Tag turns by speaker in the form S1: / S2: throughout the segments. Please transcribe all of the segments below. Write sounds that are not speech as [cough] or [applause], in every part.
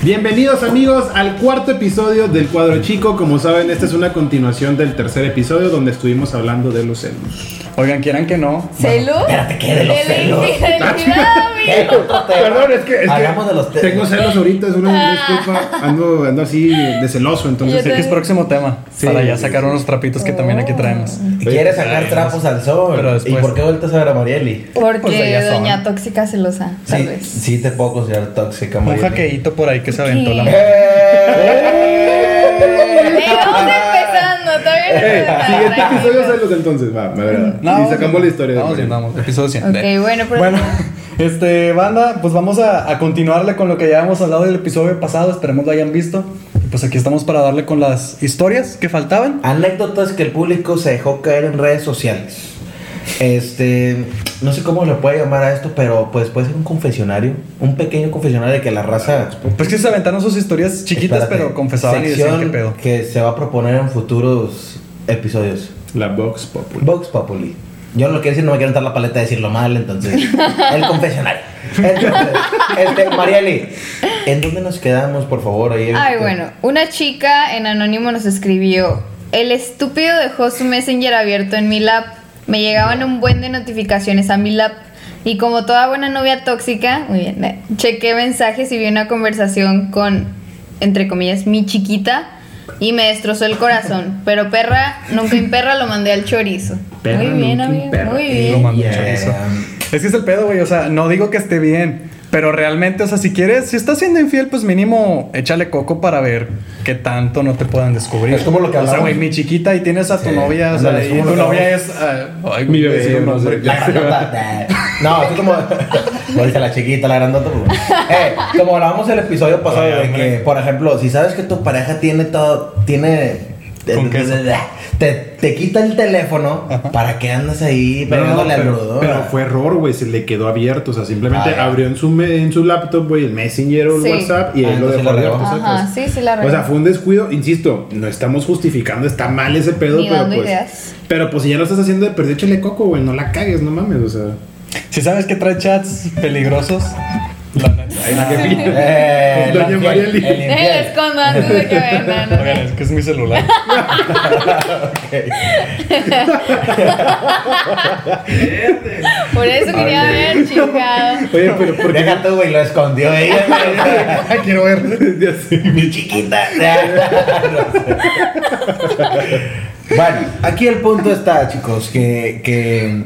S1: Bienvenidos amigos al cuarto episodio del Cuadro Chico. Como saben, esta es una continuación del tercer episodio donde estuvimos hablando de los celus.
S2: Oigan, quieran que no.
S3: ¿Celu?
S4: Espérate, ¿qué de los
S3: De la [laughs]
S4: celos?
S3: infidelidad,
S4: ¿Qué?
S3: amigo.
S4: Otro tema.
S1: Perdón, es que, es que
S4: Hablamos de los
S1: tengo
S4: temas.
S1: celos ahorita, es una disculpa. Ando, ando así de celoso, entonces...
S3: Ah. Yo
S1: eh,
S2: Es próximo tema.
S1: Sí.
S2: para ya sacar unos trapitos que también
S3: Oh.
S2: aquí traemos.
S4: Quiere sacar trapos al sol.
S2: Pero después-
S4: ¿Y por qué vueltas a ver a Marieli?
S3: Porque
S2: Pues ellas son.
S3: doña tóxica celosa, tal
S4: Sí,
S3: vez.
S4: sí te puedo considerar tóxica,
S2: Un
S4: Marieli.
S2: hackeíto por ahí que se aventó la
S3: Sí.
S2: mujer.
S3: Eh, vamos empezando, todavía no
S1: eh,
S3: empezamos.
S1: siguiente
S3: Tranquilo.
S1: episodio celos entonces, va, la verdad. y sacamos la historia. de
S2: Vamos bien,
S1: Mariana.
S2: vamos. Episodio 100.
S3: Ok, bueno, pero
S2: Bueno, [laughs] este, banda, pues vamos a, a continuarle con lo que ya habíamos hablado del episodio pasado. Esperemos lo hayan visto. Y pues aquí estamos para darle con las historias que faltaban.
S4: Anécdotas que el público se dejó caer en redes sociales. Este, no sé cómo le puede llamar a esto, pero pues puede ser un confesionario, un pequeño confesionario de que la raza
S2: Pues que se aventaron sus historias chiquitas,
S4: Espérate.
S2: pero confesaban y
S4: Sección
S2: decían qué pedo.
S4: que se va a proponer en futuros episodios.
S1: La Vox Populi.
S4: Vox Populi. Yo no lo quiero decir, no me quiero entrar la paleta de decirlo mal, entonces.
S3: [laughs]
S4: El confesionario. Entonces, este, Marieli, ¿en dónde nos quedamos, por favor? Ahí,
S3: Ay,
S4: este,
S3: bueno, una chica en anónimo nos escribió, el estúpido dejó su messenger abierto en mi lap, me llegaban un buen de notificaciones a mi lap y como toda buena novia tóxica, muy bien, eh, chequé mensajes y vi una conversación con, entre comillas, mi chiquita y me destrozó el
S1: [laughs]
S3: corazón, pero perra, nunca en perra lo mandé al chorizo.
S1: Perra,
S3: muy bien,
S1: nunca en
S3: amigo,
S1: perra.
S3: muy
S2: Lo
S3: bien.
S2: mandó
S4: Yeah.
S2: chorizo. Es que es el pedo, güey. O sea, no digo que esté bien. Pero realmente, o sea, si quieres, si estás siendo infiel, pues mínimo échale coco para ver qué tanto no te puedan descubrir.
S4: Es como lo que
S2: O sea,
S4: hablamos.
S2: güey, mi chiquita y tienes a tu
S4: Sí.
S2: novia. O sea,
S4: Ándale, es
S2: y
S4: como
S2: tu
S4: lo que
S2: novia
S4: hablamos.
S2: es. ah, ay,
S1: Mi
S2: güey,
S1: bebé,
S2: sí,
S1: no sé.
S4: La
S1: [laughs]
S4: grandota. No, es como. Lo dice la chiquita, la grandota. pues, bueno. Eh, como hablábamos el episodio pasado,
S2: Ay,
S4: de
S2: hombre.
S4: que, por ejemplo, si sabes que tu pareja tiene todo. Tiene.
S2: Con queso.
S4: Te, te quita el teléfono. ¿Para qué andas ahí
S1: Pero, no,
S4: pegándole al
S1: pero,
S4: rodón?
S1: pero fue error, güey, se le quedó abierto. O sea, simplemente
S4: Ah, ya.
S1: abrió en su, me- en su laptop, güey, el Messenger o el
S3: Sí.
S1: WhatsApp y
S4: Ah,
S1: ahí lo
S4: entonces
S1: dejó
S4: la regó.
S1: abierto.
S3: Ajá,
S1: ¿sabes?
S3: sí, sí la
S1: O sea,
S3: regaló.
S1: fue un descuido, insisto, no estamos justificando, está mal ese pedo,
S3: Ni
S1: pero
S3: dando
S1: pues.
S3: ideas.
S1: Pero pues si ya lo estás haciendo de perder, échale coco, güey, no la cagues, no mames, o sea.
S2: Si sabes que trae chats peligrosos, la neta.
S4: Eh,
S1: Doña
S4: el infiel,
S1: Marieli.
S3: [laughs]
S4: el infiel.
S3: Eh, escondo antes
S1: [laughs]
S3: de que vengan.
S2: Oigan, es que es mi
S4: [laughs]
S2: celular.
S3: Por eso quería ver, chingado. [laughs]
S1: Oye, pero ¿por qué?
S4: Deja tú, güey, lo escondió ella. güey.
S1: Quiero ver. [laughs] Ya sé.
S4: Mi chiquita. [laughs] bueno, aquí el punto está, chicos, que, que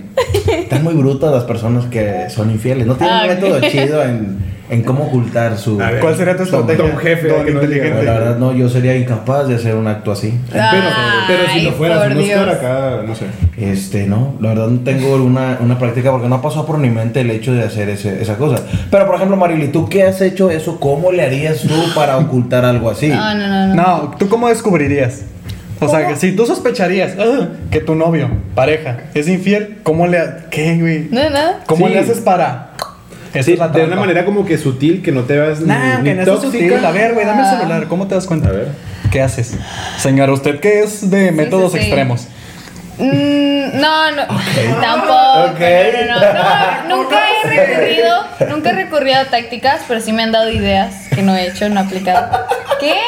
S4: están muy brutas las personas que son infieles. No tienen
S3: Ah,
S4: un
S3: ok.
S4: método chido en, en cómo ocultar su...
S1: A ver,
S2: ¿Cuál sería tu estrategia?
S1: Don jefe,
S2: Don
S1: que no
S2: inteligente.
S4: Pero La verdad, no, yo sería incapaz de hacer un acto así.
S1: Pero, pero si
S3: Ay,
S1: lo fueras,
S3: por
S1: un Oscar
S3: Dios.
S1: acá, no sé.
S4: Este, no, la verdad no tengo una, una práctica porque no pasó por mi mente el hecho de hacer ese- esa cosa. Pero, por ejemplo, Marily, ¿tú qué has hecho eso? ¿Cómo le harías tú para ocultar algo así?
S3: No, no, no, no.
S2: No, ¿tú cómo descubrirías? O sea,
S3: ¿Cómo?
S2: que si tú sospecharías ah, que tu novio, pareja, es infiel, ¿cómo le. ha- ¿Qué, güey?
S3: No, no.
S2: ¿Cómo
S1: Sí.
S2: le haces para.? Esa
S1: Sí,
S2: es la
S1: de una
S2: trampa.
S1: manera como que sutil, que no te vas
S2: Nah,
S1: ni,
S2: que
S1: ni
S2: no es
S1: tóxica.
S2: sutil. A ver, güey, dame el celular. ¿Cómo te das cuenta?
S1: A ver.
S2: ¿Qué haces? Señor, usted que es de métodos
S3: sí, sí.
S2: extremos.
S3: Mm, no, no. Tampoco.
S4: Ok.
S3: No, no, no. No, Nunca he recurrido, nunca he recurrido a tácticas, pero sí me han dado ideas que no he hecho, no he aplicado.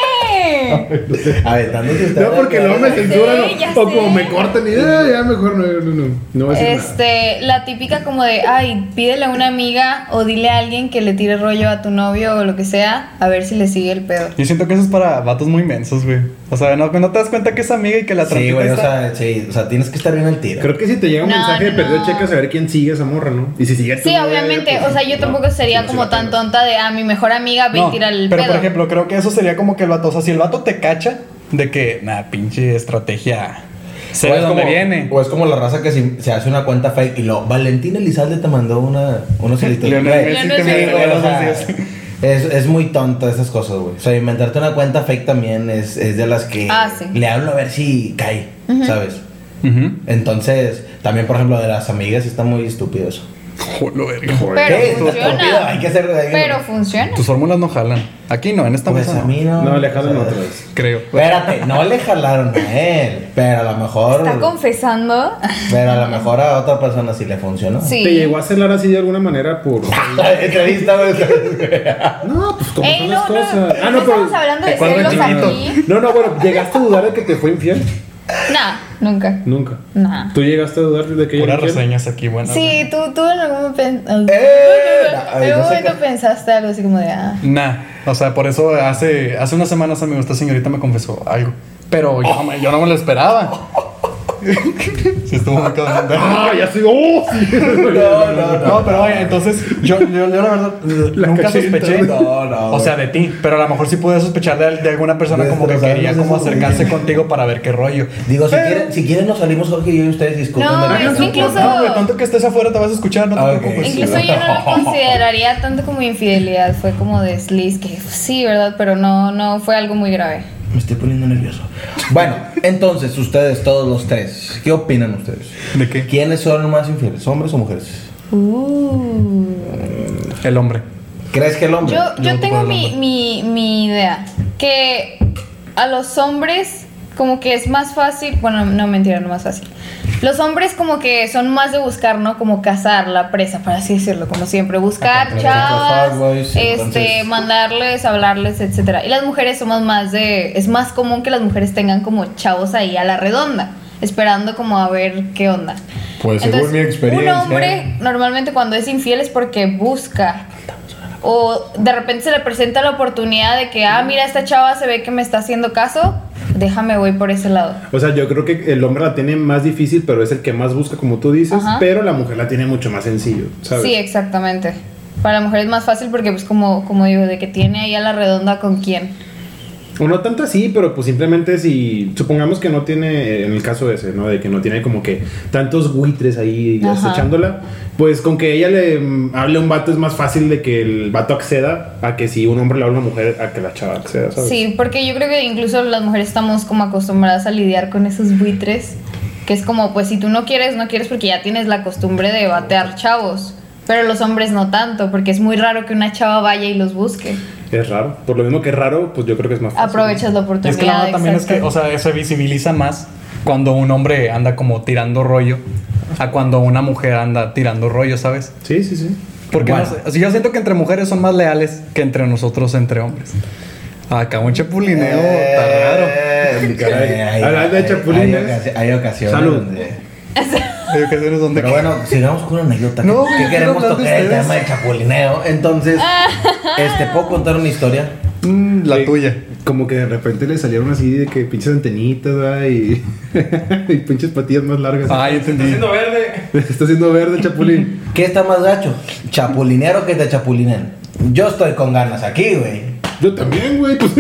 S3: ¿Qué?
S4: A ver, tanto si está-
S1: No, porque luego me
S3: Sí,
S1: censuran o-
S3: ya
S1: o,
S3: sé.
S1: como me cortan y "Ah, ya mejor no, no, no, pues no voy a decir nada".
S3: Este, la típica como de, ay, pídele a una amiga o dile a alguien que le tire rollo a tu novio o lo que sea, a ver si le sigue el pedo.
S2: Yo siento que eso es para vatos muy mensos, güey. O sea, no, no te das cuenta que es amiga y que la
S4: Sí,
S2: trampita
S4: güey, o
S2: está-
S4: sea, sí, o sea, tienes que estar bien al tiro.
S1: Creo que si te llega un
S3: No,
S1: mensaje de
S3: no,
S1: perdido
S3: no.
S1: checas a ver quién sigue esa morra, ¿no? Y si sigue pues,
S3: Sí, obviamente. O sea, yo tampoco sería como tan tonta de a mi mejor amiga ve
S2: No,
S3: y tira el
S2: pero
S3: pedo.
S2: por ejemplo, creo que eso sería como que el vato, o sea, si el vato te cacha de que, nah, pinche estrategia, sé de dónde
S4: como,
S2: viene.
S4: O es como la raza que si- se hace una cuenta fake y lo. Valentín Elizalde te mandó una, unos celitos.
S2: Leonel
S4: Güey,
S2: Messi
S3: Leonel
S2: te
S3: Messi.
S4: sí, güey,
S2: mandó
S4: o sea,
S2: los días.
S4: es, es muy tonto esas cosas, güey. O sea, inventarte una cuenta fake también es, es de las que
S3: Ah, sí.
S4: le hablo a ver si cae, ¿sabes?
S2: Ujú.
S4: Entonces, también, por ejemplo, de las amigas está muy estúpido eso.
S2: Jolo, verga.
S3: Pero
S4: ¿Qué?
S3: funciona.
S4: Hay que hacer de ahí.
S3: Pero funciona.
S2: Tus fórmulas no jalan. Aquí no, en esta
S4: Pues
S2: mesa
S4: a
S2: no.
S4: mí no.
S1: No, le jalan
S4: O sea,
S1: otra vez.
S2: Creo.
S4: Espérate, no le jalaron a él, pero a lo mejor.
S3: ¿Está confesando?
S4: Pero a lo mejor a otra persona sí le funcionó.
S3: Sí.
S1: ¿Te llegó a celar así de alguna manera por.?
S4: La entrevista, güey.
S1: No, pues como
S3: Ey,
S1: son
S3: no,
S1: las
S3: no,
S1: cosas. Ah,
S3: no estamos hablando de
S2: Recuerdo
S3: celos
S2: chiquito.
S3: aquí.
S1: No, no, bueno, ¿llegaste a dudar de que te fue infiel?
S3: Nah, nunca.
S1: Nunca.
S3: Nah.
S1: ¿Tú llegaste a dudar de que yo
S2: Puras reseñas aquí, bueno.
S3: Sí, tú, tú en algún momento, en
S4: Eh, ay,
S3: algún
S4: no sé
S3: momento
S4: qué-
S3: pensaste algo así como de, ah,
S2: Nah, o sea, por eso hace, hace unas semanas, amigo, esta señorita me confesó algo. Oh. Pero yo, no me- yo no me lo esperaba. sí, estuvo muy cabrón.
S1: ¡Ah, ya soy! ¡Oh!
S3: [laughs]
S1: sí!
S4: No, no, no.
S2: No, pero oye, entonces yo, yo, yo [laughs] la verdad
S1: La
S2: nunca
S1: cacheta.
S2: sospeché.
S4: No, no.
S2: O sea, de ti. Pero a lo mejor sí pude sospechar de, de alguna persona como que
S4: Destrozarnos
S2: quería
S4: esos
S2: como acercarse
S4: güeyes.
S2: contigo para ver qué rollo.
S4: Digo, si
S2: Pero-
S4: quieren, si quieren nos salimos Jorge y yo y ustedes discuten.
S3: No,
S4: de la
S3: es
S4: casa.
S3: que incluso-
S2: No, güey, tanto que estés afuera te vas a escuchar, no te
S4: Ah, ok.
S2: preocupes.
S3: incluso yo no lo consideraría tanto como infidelidad, fue como desliz, que sí, ¿verdad? Pero no, no fue algo muy grave.
S4: Me estoy poniendo nervioso. Bueno, entonces ustedes, todos los tres, ¿qué opinan ustedes?
S2: ¿De qué?
S4: ¿Quiénes son más infieles, hombres o mujeres?
S2: El hombre.
S4: ¿Crees que el hombre?
S3: Yo, yo
S2: No,
S3: tengo
S2: para el
S3: mi,
S2: hombre.
S3: mi, mi idea. Que a los hombres como que es más fácil, bueno, no mentira, no más fácil. Los hombres como que son más de buscar, ¿no? Como cazar la presa, para así decirlo, como siempre. Buscar
S4: Ajá,
S3: chavas,
S4: los fuckboys,
S3: este,
S4: entonces-
S3: mandarles, hablarles, etcétera. Y las mujeres somos más de... Es más común que las mujeres tengan como chavos ahí a la redonda, esperando como a ver qué onda.
S5: Pues, según mi
S3: Un
S5: experiencia-
S3: hombre normalmente cuando es infiel es porque busca o de repente se le presenta la oportunidad de que, ah, mira, esta chava se ve que me está haciendo caso, déjame voy por ese lado.
S1: O sea, yo creo que el hombre la tiene más difícil, pero es el que más busca, como tú dices.
S3: Ajá.
S1: Pero la mujer la tiene mucho más sencillo, ¿sabes?
S3: Sí, exactamente. Para la mujer es más fácil porque, pues, como, como digo, de que tiene ahí a la redonda con quién.
S1: O no tanto así, pero pues simplemente si supongamos que no tiene, en el caso ese, ¿no? De que no tiene como que tantos buitres ahí
S3: Ajá.
S1: acechándola, pues con que ella le mm, hable a un vato es más fácil de que el vato acceda a que si un hombre le habla a una mujer, a que la chava acceda, ¿sabes?
S3: Sí, porque yo creo que incluso las mujeres estamos como acostumbradas a lidiar con esos buitres, que es como, pues, si tú no quieres, no quieres porque ya tienes la costumbre de batear chavos. Pero los hombres no tanto, porque es muy raro que una chava vaya y los busque.
S1: Es raro. Por lo mismo que es raro, pues yo creo que es más fácil.
S3: Aprovechas la
S2: Y
S3: oportunidad.
S2: es que la onda también es que,
S3: exacto.
S2: o sea, se visibiliza más cuando un hombre anda como tirando rollo a cuando una mujer anda tirando rollo, ¿sabes?
S1: Sí, sí, sí.
S2: Porque no
S4: Bueno.
S2: sé, así yo siento que entre mujeres son más leales que entre nosotros, entre hombres. Acá un chapulineo oh, está
S4: Eh, caray.
S1: Eh,
S4: Hay-
S1: hablando de
S4: hay-
S1: chapulines.
S4: Hay, ocasi- hay ocasiones.
S1: Salud.
S4: donde-
S2: raro. Hay ocasiones donde
S4: Pero bueno, sigamos con una anécdota.
S2: No,
S4: que
S2: quiero
S4: queremos
S2: hablar de
S4: tocar el
S2: ustedes.
S4: tema de chapulineo. Entonces, este, ¿puedo contar una historia?
S2: Mm, la
S1: Sí.
S2: tuya.
S1: Como que de repente le salieron así de que pinches antenitas, ¿verdad? Y, [laughs] y pinches patillas más largas.
S2: Ah, ya entendí.
S5: verde.
S1: [laughs] Está haciendo verde, Chapulín.
S4: ¿Qué está más gacho? ¿Chapulinear o que te chapulinen? Yo estoy con ganas aquí, güey.
S1: Yo también, güey. pues.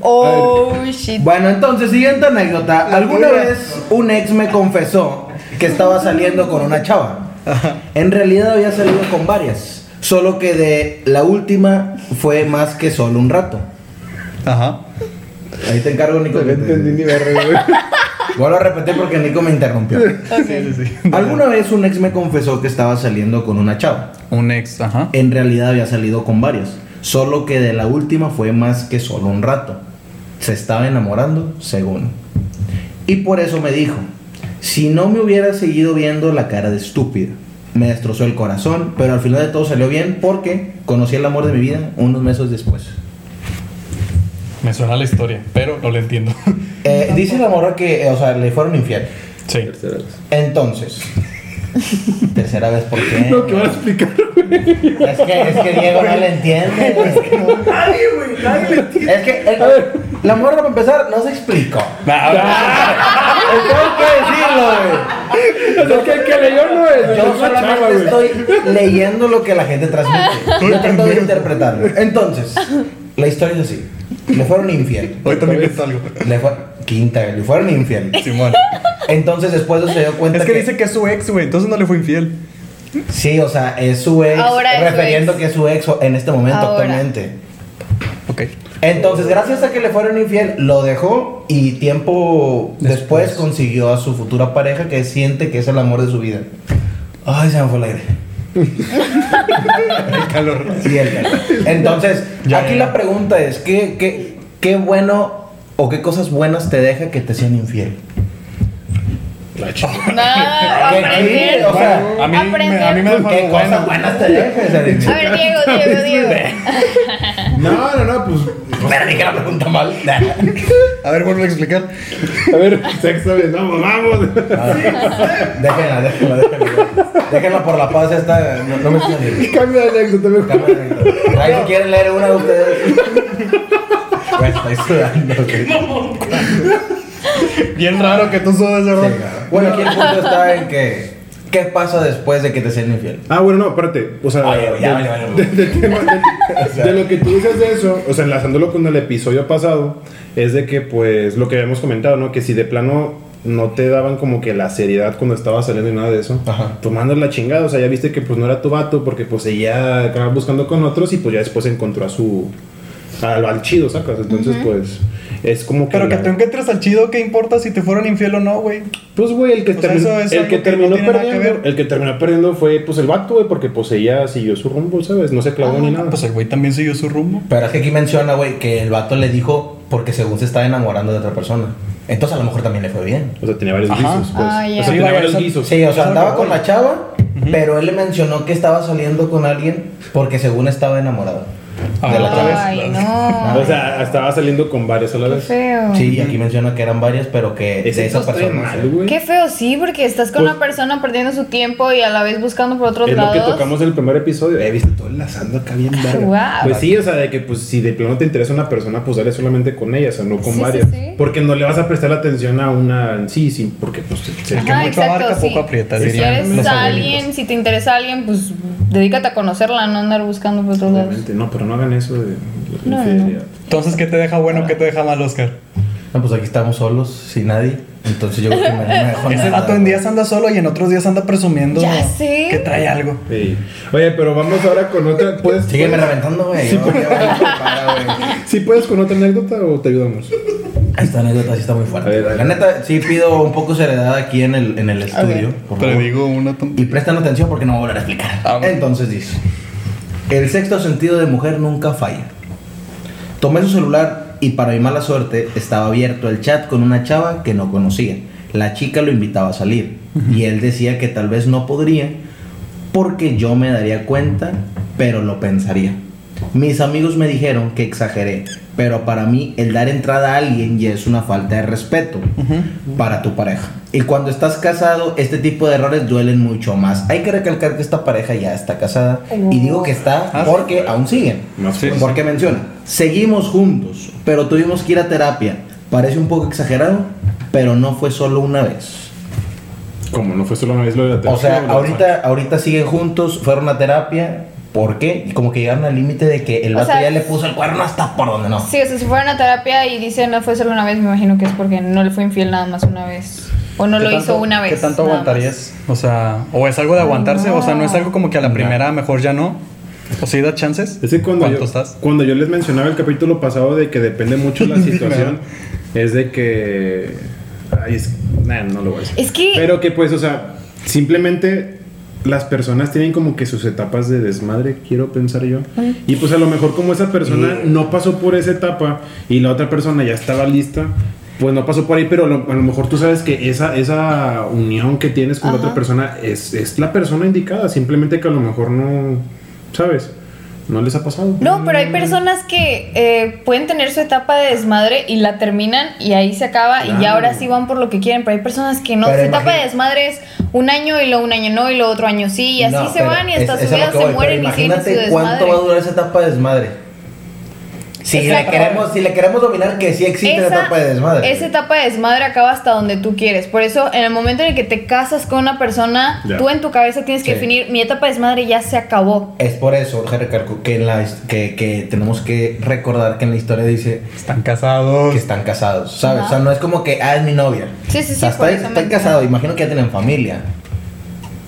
S3: Oh, shit.
S4: Bueno, entonces, siguiente anécdota. Alguna vez un ex me confesó que estaba saliendo con una chava. En realidad había salido con varias. Solo que de la última fue más que solo un rato.
S2: Ajá.
S4: Ahí te encargo, Nico. que te-
S1: ni verga, güey.
S4: Vuelvo a repetir porque Nico me interrumpió.
S2: Sí, sí, sí.
S4: [laughs] Alguna vez un ex me confesó que estaba saliendo con una chava.
S2: [laughs] Un ex, ajá.
S4: En realidad había salido con varias. Solo que de la última fue más que solo un rato. Se estaba enamorando, según. Y por eso me dijo, si no me hubiera seguido viendo la cara de estúpida. Me destrozó el corazón, pero al final de todo salió bien porque conocí el amor de mi vida unos meses después.
S2: Me suena la historia, pero no la entiendo.
S4: Eh, dice la morra que, eh, o sea, le fueron infiel.
S2: [laughs] sí.
S4: Entonces, [laughs] tercera vez por qué.
S1: Lo que van a explicar.
S4: Es que, es que Diego no le entiende. Es que nadie, güey, nadie le entiende. Es que, a ver, la morra para empezar no se explicó.
S2: Nah,
S4: Tengo que
S1: Es que el que leyó no es.
S4: decirlo, güey. Yo solamente estoy leyendo lo que la gente transmite. Yo trato de interpretarlo. Entonces, la historia es así. Le fueron infiel.
S2: hoy también es algo.
S4: Le fue- Quinta, le fueron infiel.
S2: Simón.
S4: Entonces después se dio cuenta
S2: Es que dice que es su ex, güey, entonces no le fue infiel.
S4: Sí, o sea, es su ex.
S3: Ahora es su
S4: refiriendo
S3: ex.
S4: que es su ex en este momento
S3: Ahora.
S4: actualmente.
S2: Ok.
S4: Entonces, gracias a que le fueron infiel, lo dejó y tiempo después,
S2: Después.
S4: consiguió a su futura pareja que siente que es el amor de su vida. Ay, se me fue el aire.
S2: El calor.
S4: Sí, el calor. Entonces,
S2: [laughs] Ya,
S4: aquí
S2: ya.
S4: la pregunta es, ¿qué, qué, ¿qué bueno o qué cosas buenas te deja que te sean infiel?
S1: La chica.
S3: No, aprender.
S4: Sí, o sea,
S2: A mí, me, a mí me
S3: aprender.
S2: dejó
S4: ¿Qué
S2: algo
S4: cosas
S2: bueno.
S4: buenas te deja? O sea, de- [laughs]
S3: A ver, Diego, Diego, Diego.
S1: No, no, no, pues.
S4: Espera, dije la
S1: [laughs]
S4: pregunta mal.
S2: A ver, vuelvo a explicar.
S1: A ver, sexta vez, vamos, pues, vamos.
S4: Déjenla, déjenla, déjenla. Déjenla por la paz esta. No, no me estoy ni-
S1: Cambia de anécdota, mejor.
S4: Ahí si quieren leer una de ustedes. [laughs] Pues estoy sudando. güey.
S2: Bien raro que tú sudes, ¿verdad?
S4: Bueno, aquí el punto está en que. ¿Qué pasa después de que te sean infiel?
S1: Ah, bueno, no, espérate. O sea,
S4: Oye, ya,
S1: de-
S4: vale, vale.
S1: de-
S2: [laughs]
S1: del tema- de- de lo que tú dices de eso, o sea, enlazándolo con el episodio pasado, es de que, pues, lo que habíamos comentado, ¿no? Que si de plano no te daban como que la seriedad cuando estabas saliendo y nada de eso,
S4: Ajá.
S1: tomando la chingada, o sea, ya viste que pues no era tu vato, porque pues ella acaba buscando con otros y pues ya después encontró a su. al, al chido, ¿sacas? Entonces, pues, es como que.
S2: Pero que
S1: la-
S2: tú encuentres al chido, ¿qué importa si te fueron infiel o no, güey?
S1: pues, güey, el que,
S2: O sea,
S1: termi-
S2: eso es
S1: el que
S2: algo que no
S1: terminó
S2: tiene nada que
S1: perdiendo,
S2: ver.
S1: el que terminó perdiendo fue, pues, el vato, güey, porque, pues, ella siguió su rumbo, ¿sabes? No se clavó ni nada.
S2: Pues el güey también siguió su rumbo.
S4: Pero es que aquí menciona, güey, que el vato le dijo porque según se estaba enamorando de otra persona. Entonces a lo mejor también le fue bien.
S1: o sea, tenía varios
S2: Ajá.
S1: guisos, pues.
S3: Ah, ya.
S1: O sea,
S3: Sí,
S1: tenía
S2: vaya,
S1: varios
S2: eso-
S1: guisos.
S4: Sí, o sea,
S2: Eso
S4: andaba
S2: acabó.
S4: con la chava, pero él le mencionó que estaba saliendo con alguien porque según estaba enamorado de la
S2: otra vez.
S4: chava.
S3: Ay, no.
S1: O sea, estaba saliendo con varios a la
S3: Qué
S1: vez.
S3: feo.
S4: Sí, y aquí menciona que eran varias, pero que
S1: Ese
S4: de esa
S1: costo está
S4: persona.
S1: mal, güey.
S3: Qué feo, sí, porque estás con
S1: Pues-
S3: una persona perdiendo su tiempo y a la vez buscando por otros
S1: Es lo
S3: lados.
S1: que tocamos en el primer episodio. He visto todo enlazando acá bien verga.
S3: Guau.
S1: Pues sí, o sea, de que pues si de plano te interesa una persona, pues dale solamente con ella, o sea, no con
S3: Sí, sí,
S1: varias.
S3: sí.
S1: Porque no le vas a prestar la atención a una en sí, sí, porque pues se- se-
S2: El que
S3: Ajá,
S2: mucho
S3: exacto,
S2: abarca,
S3: sí.
S2: poco aprieta,
S3: Si
S2: dirían
S3: quieres
S2: los
S3: a
S2: abuelitos.
S3: alguien, si te interesa a alguien, pues dedícate a conocerla, no andar buscando por otros lados.
S1: obviamente, no, pero no hagan eso de, de
S3: No,
S1: infidelidad.
S2: Entonces, ¿qué te deja bueno, qué te deja mal, Oscar?
S4: No, pues aquí estamos solos, sin nadie. Entonces yo creo que me, me dejó
S2: Ese
S4: nada.
S2: vato en días anda solo y en otros días anda presumiendo
S3: Ya sé.
S2: que trae algo.
S1: Sí. Oye, pero vamos ahora con otra. ¿Puedes,
S4: Sígueme reventando, güey. Yo- yo- yo- para, güey.
S1: ¿Sí puedes con otra anécdota o te ayudamos?
S4: Esta anécdota sí está muy
S1: A
S4: fuerte.
S1: ver,
S4: güey.
S1: a
S4: La
S1: ver.
S4: neta, sí pido un poco de seriedad aquí en el, en el estudio. por favor.
S2: una
S4: Y prestan atención porque no voy a volver a explicar.
S2: Ah, bueno.
S4: Entonces dice: El sexto sentido de mujer nunca falla. Tomé su celular y para mi mala suerte estaba abierto el chat con una chava que no conocía. La chica lo invitaba a salir y él decía que tal vez no podría porque yo me daría cuenta, pero lo pensaría. Mis amigos me dijeron que exageré, pero para mí el dar entrada a alguien ya es una falta de respeto para tu pareja. Y cuando estás casado, este tipo de errores duelen mucho más. Hay que recalcar que esta pareja ya está casada y digo que está
S2: Ah, sí.
S4: porque aún siguen.
S1: Más
S2: Sí.
S1: fuerte.
S4: Porque menciona, seguimos juntos, pero tuvimos que ir a terapia. Parece un poco exagerado, pero no fue solo una vez.
S1: Como no fue solo una vez lo de la
S4: O sea,
S1: terapia,
S4: ahorita, ahorita siguen juntos, fueron a terapia. ¿Por qué? Y como que llegaron al límite de que el
S3: O
S4: vato
S3: sea,
S4: ya le puso el cuerno hasta por donde no.
S3: Sí, o sea, si fueron a terapia y dicen no fue solo una vez, me imagino que es porque no le fue infiel nada más una vez. O no
S2: ¿Qué
S3: lo
S2: tanto-
S3: hizo una vez.
S2: ¿Qué tanto
S3: nada
S2: aguantarías? O sea, o es algo de aguantarse, o sea, no es algo como que a la primera mejor ya no. O si da chances.
S1: Es que cuando
S2: ¿Cuánto
S1: yo,
S2: estás?
S1: cuando yo les mencionaba el capítulo pasado de que depende mucho la situación, es de que. Ay, es- nah, no lo voy a decir.
S3: Es que-
S1: Pero que, pues, o sea, simplemente las personas tienen como que sus etapas de desmadre, quiero pensar yo. Y pues, a lo mejor, como esa persona no pasó por esa etapa y la otra persona ya estaba lista. Pues no pasó por ahí, pero lo- a lo mejor tú sabes que esa, esa unión que tienes con la otra persona es, es la persona indicada. Simplemente que a lo mejor no, ¿sabes? No les ha pasado.
S3: No, pero
S1: mm,
S3: hay personas que eh, pueden tener su etapa de desmadre y la terminan y ahí se acaba y
S1: Claro.
S3: ya ahora sí van por lo que quieren, pero hay personas que no,
S4: Pero
S3: su etapa
S4: imagina-
S3: de desmadre es un año y luego un año no y luego otro año sí y así
S4: No,
S3: se
S4: pero
S3: van y
S4: es-
S3: hasta
S4: es
S3: su
S4: a lo
S3: vida
S4: que
S3: se
S4: voy,
S3: mueren
S4: pero
S3: y siguen en su
S4: Imagínate cuánto
S3: desmadre.
S4: va a durar esa etapa de desmadre. Si le,
S3: Exacto.
S4: queremos, si le queremos dominar que sí existe la etapa de desmadre.
S3: Esa etapa de desmadre acaba hasta donde tú quieres. Por eso, en el momento en el que te casas con una persona,
S1: Ya.
S3: tú en tu cabeza tienes que
S4: Sí.
S3: definir, mi etapa de desmadre ya se acabó.
S4: Es por eso, Jorge recalcó que, en la, que, que tenemos que recordar que en la historia dice
S2: Están casados.
S4: que están casados, ¿sabes?
S3: Ajá.
S4: O sea, no es como que, ah, es mi novia.
S3: Sí, sí,
S4: O sea,
S3: sí, por
S4: está-
S3: eso
S4: están
S3: me-
S4: casados, imagino que ya tienen familia.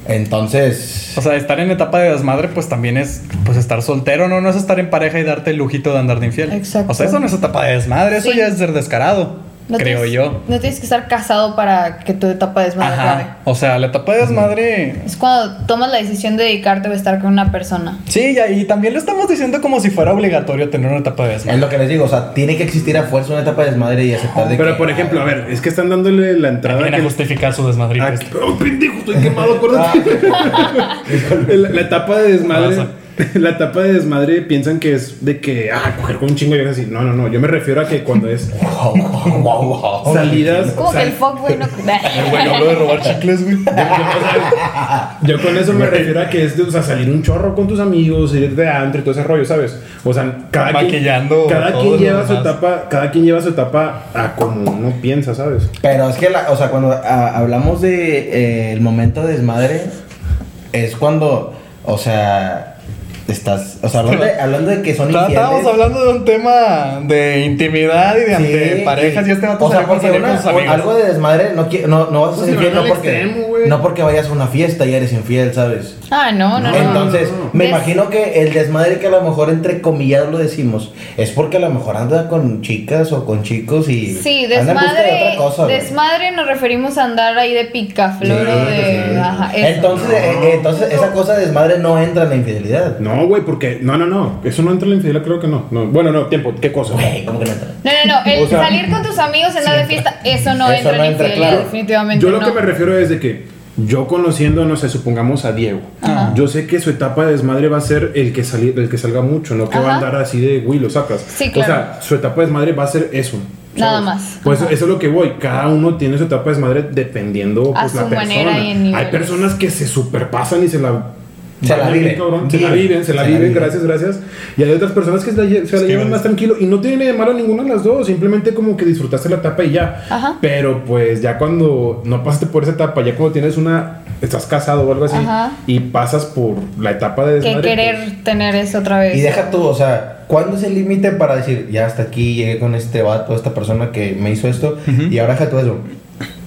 S4: Entonces,
S2: O sea, estar en etapa de desmadre, pues también es pues estar soltero, ¿no? No es estar en pareja y darte el lujito de andar de infiel.
S3: Exacto.
S2: O sea, eso no es etapa de desmadre, eso
S3: Sí.
S2: ya es ser descarado.
S3: No
S2: creo
S3: tienes-
S2: yo.
S3: No tienes que estar casado para que tu etapa de desmadre acabe.
S2: Ajá. O sea, la etapa de desmadre.
S3: Es cuando tomas la decisión de dedicarte a estar con una persona.
S2: Sí, ya, y también lo estamos diciendo como si fuera obligatorio tener una etapa de
S4: Es
S2: desmadre.
S4: lo que les digo, o sea, tiene que existir a fuerza una etapa de desmadre y aceptar de
S1: Pero
S4: que- "Ah,
S1: por ejemplo, a ver, es que están dándole la entrada
S2: Viene a
S1: que-
S2: justificar su desmadre.
S1: a- ¡Oh, pendejo, estoy quemado, acuérdate!
S2: Ah.
S1: la, la etapa de desmadre.
S2: Pasa.
S1: [laughs] La etapa de desmadre piensan que es de que, ah, coger con un chingo y así. No, no, no. Yo me refiero a que cuando
S2: [laughs]
S1: es
S4: Wow, wow, wow, wow.
S1: salidas.
S3: Como que el fuck, güey, no.
S2: Güey, hablo de robar chicles, güey.
S1: Yo con eso me refiero a que es de, o sea, salir un chorro con tus amigos, ir de antro y todo ese rollo, ¿sabes? O sea, cada
S2: Maquillando
S1: quien, cada
S2: todo
S1: quien
S2: lo
S1: lleva su
S2: demás.
S1: etapa, cada quien lleva su etapa a como uno piensa, ¿sabes?
S4: Pero es que, la- o sea, cuando ah, hablamos de eh, el momento de desmadre, es cuando, o sea, estás, o sea, hablando de, hablando de que son
S2: Está- Estábamos
S4: infieles.
S2: hablando de un tema de intimidad y de ante
S4: Sí,
S2: parejas y este vato
S4: o sea,
S2: salió con
S4: porque
S2: salir
S4: una-
S2: con sus amigos.
S4: algo de desmadre no, qui- no, no vas a
S1: Pues
S4: ser
S1: se
S4: infiel,
S1: van
S4: no
S1: al
S4: porque,
S1: extremo, güey.
S4: no porque vayas a una fiesta y eres infiel, ¿sabes?
S3: [laughs] Ah, no, no, no.
S4: Entonces,
S1: no, no, no.
S4: me
S3: ¿Ves?
S4: imagino que el desmadre que a lo mejor entre comillas lo decimos es porque a lo mejor anda con chicas o con chicos y
S3: Sí,
S4: anda en busca de
S3: desmadre.
S4: otra cosa, güey.
S3: desmadre nos referimos a andar ahí de picafloro,
S4: Sí,
S3: de.
S4: sí.
S3: Ajá, eso.
S4: entonces, eh, eh, entonces esa cosa de desmadre no entra en la infidelidad.
S1: No, güey, porque no, no, no, eso no entra en la infidelidad, creo que no. no. Bueno, no, tiempo, ¿qué cosa?
S4: Güey, ¿cómo que no entra?
S3: No, no, no. El
S1: O sea,
S3: salir con tus amigos, andar de fiesta, eso no
S4: Eso
S3: entra
S4: no
S3: en
S4: entra,
S3: infidelidad,
S4: claro.
S3: definitivamente.
S1: Yo lo
S3: no.
S1: que me refiero es de que yo conociendo, no sé, supongamos a Diego,
S3: Ajá.
S1: yo sé que su etapa de desmadre va a ser el que, sali- el que salga mucho, no que va a
S3: Ajá.
S1: andar así de, güey, lo sacas.
S3: Sí, claro.
S1: O sea, su etapa de desmadre va a ser eso.
S3: Nada más.
S1: Pues eso es lo que voy. Cada uno tiene su etapa de desmadre dependiendo
S3: A
S1: pues, la
S3: su manera
S1: persona.
S3: y en niveles.
S1: Hay personas que se superpasan y se la.
S4: Se la
S1: valen bien,
S4: viven.
S1: cabrón. Se la
S4: Viven.
S1: viven, se la
S4: Se la
S1: viven,
S4: viven.
S1: gracias, gracias. Y hay otras personas que se la, lle- se la
S2: que
S1: llevan
S2: vale.
S1: más tranquilo y no tiene nada de malo ninguna de las dos. Simplemente como que disfrutaste la etapa y ya.
S3: Ajá.
S1: Pero pues ya cuando no pasaste por esa etapa, ya cuando tienes una. Estás casado o algo así
S3: Ajá.
S1: y pasas por la etapa de
S3: Que
S1: desmadre.
S3: querer
S1: pues,
S3: tener eso otra vez.
S4: Y deja tú, o sea, ¿cuándo es el límite para decir, ya hasta aquí llegué con este vato, esta persona que me hizo esto, y ahora deja tú eso?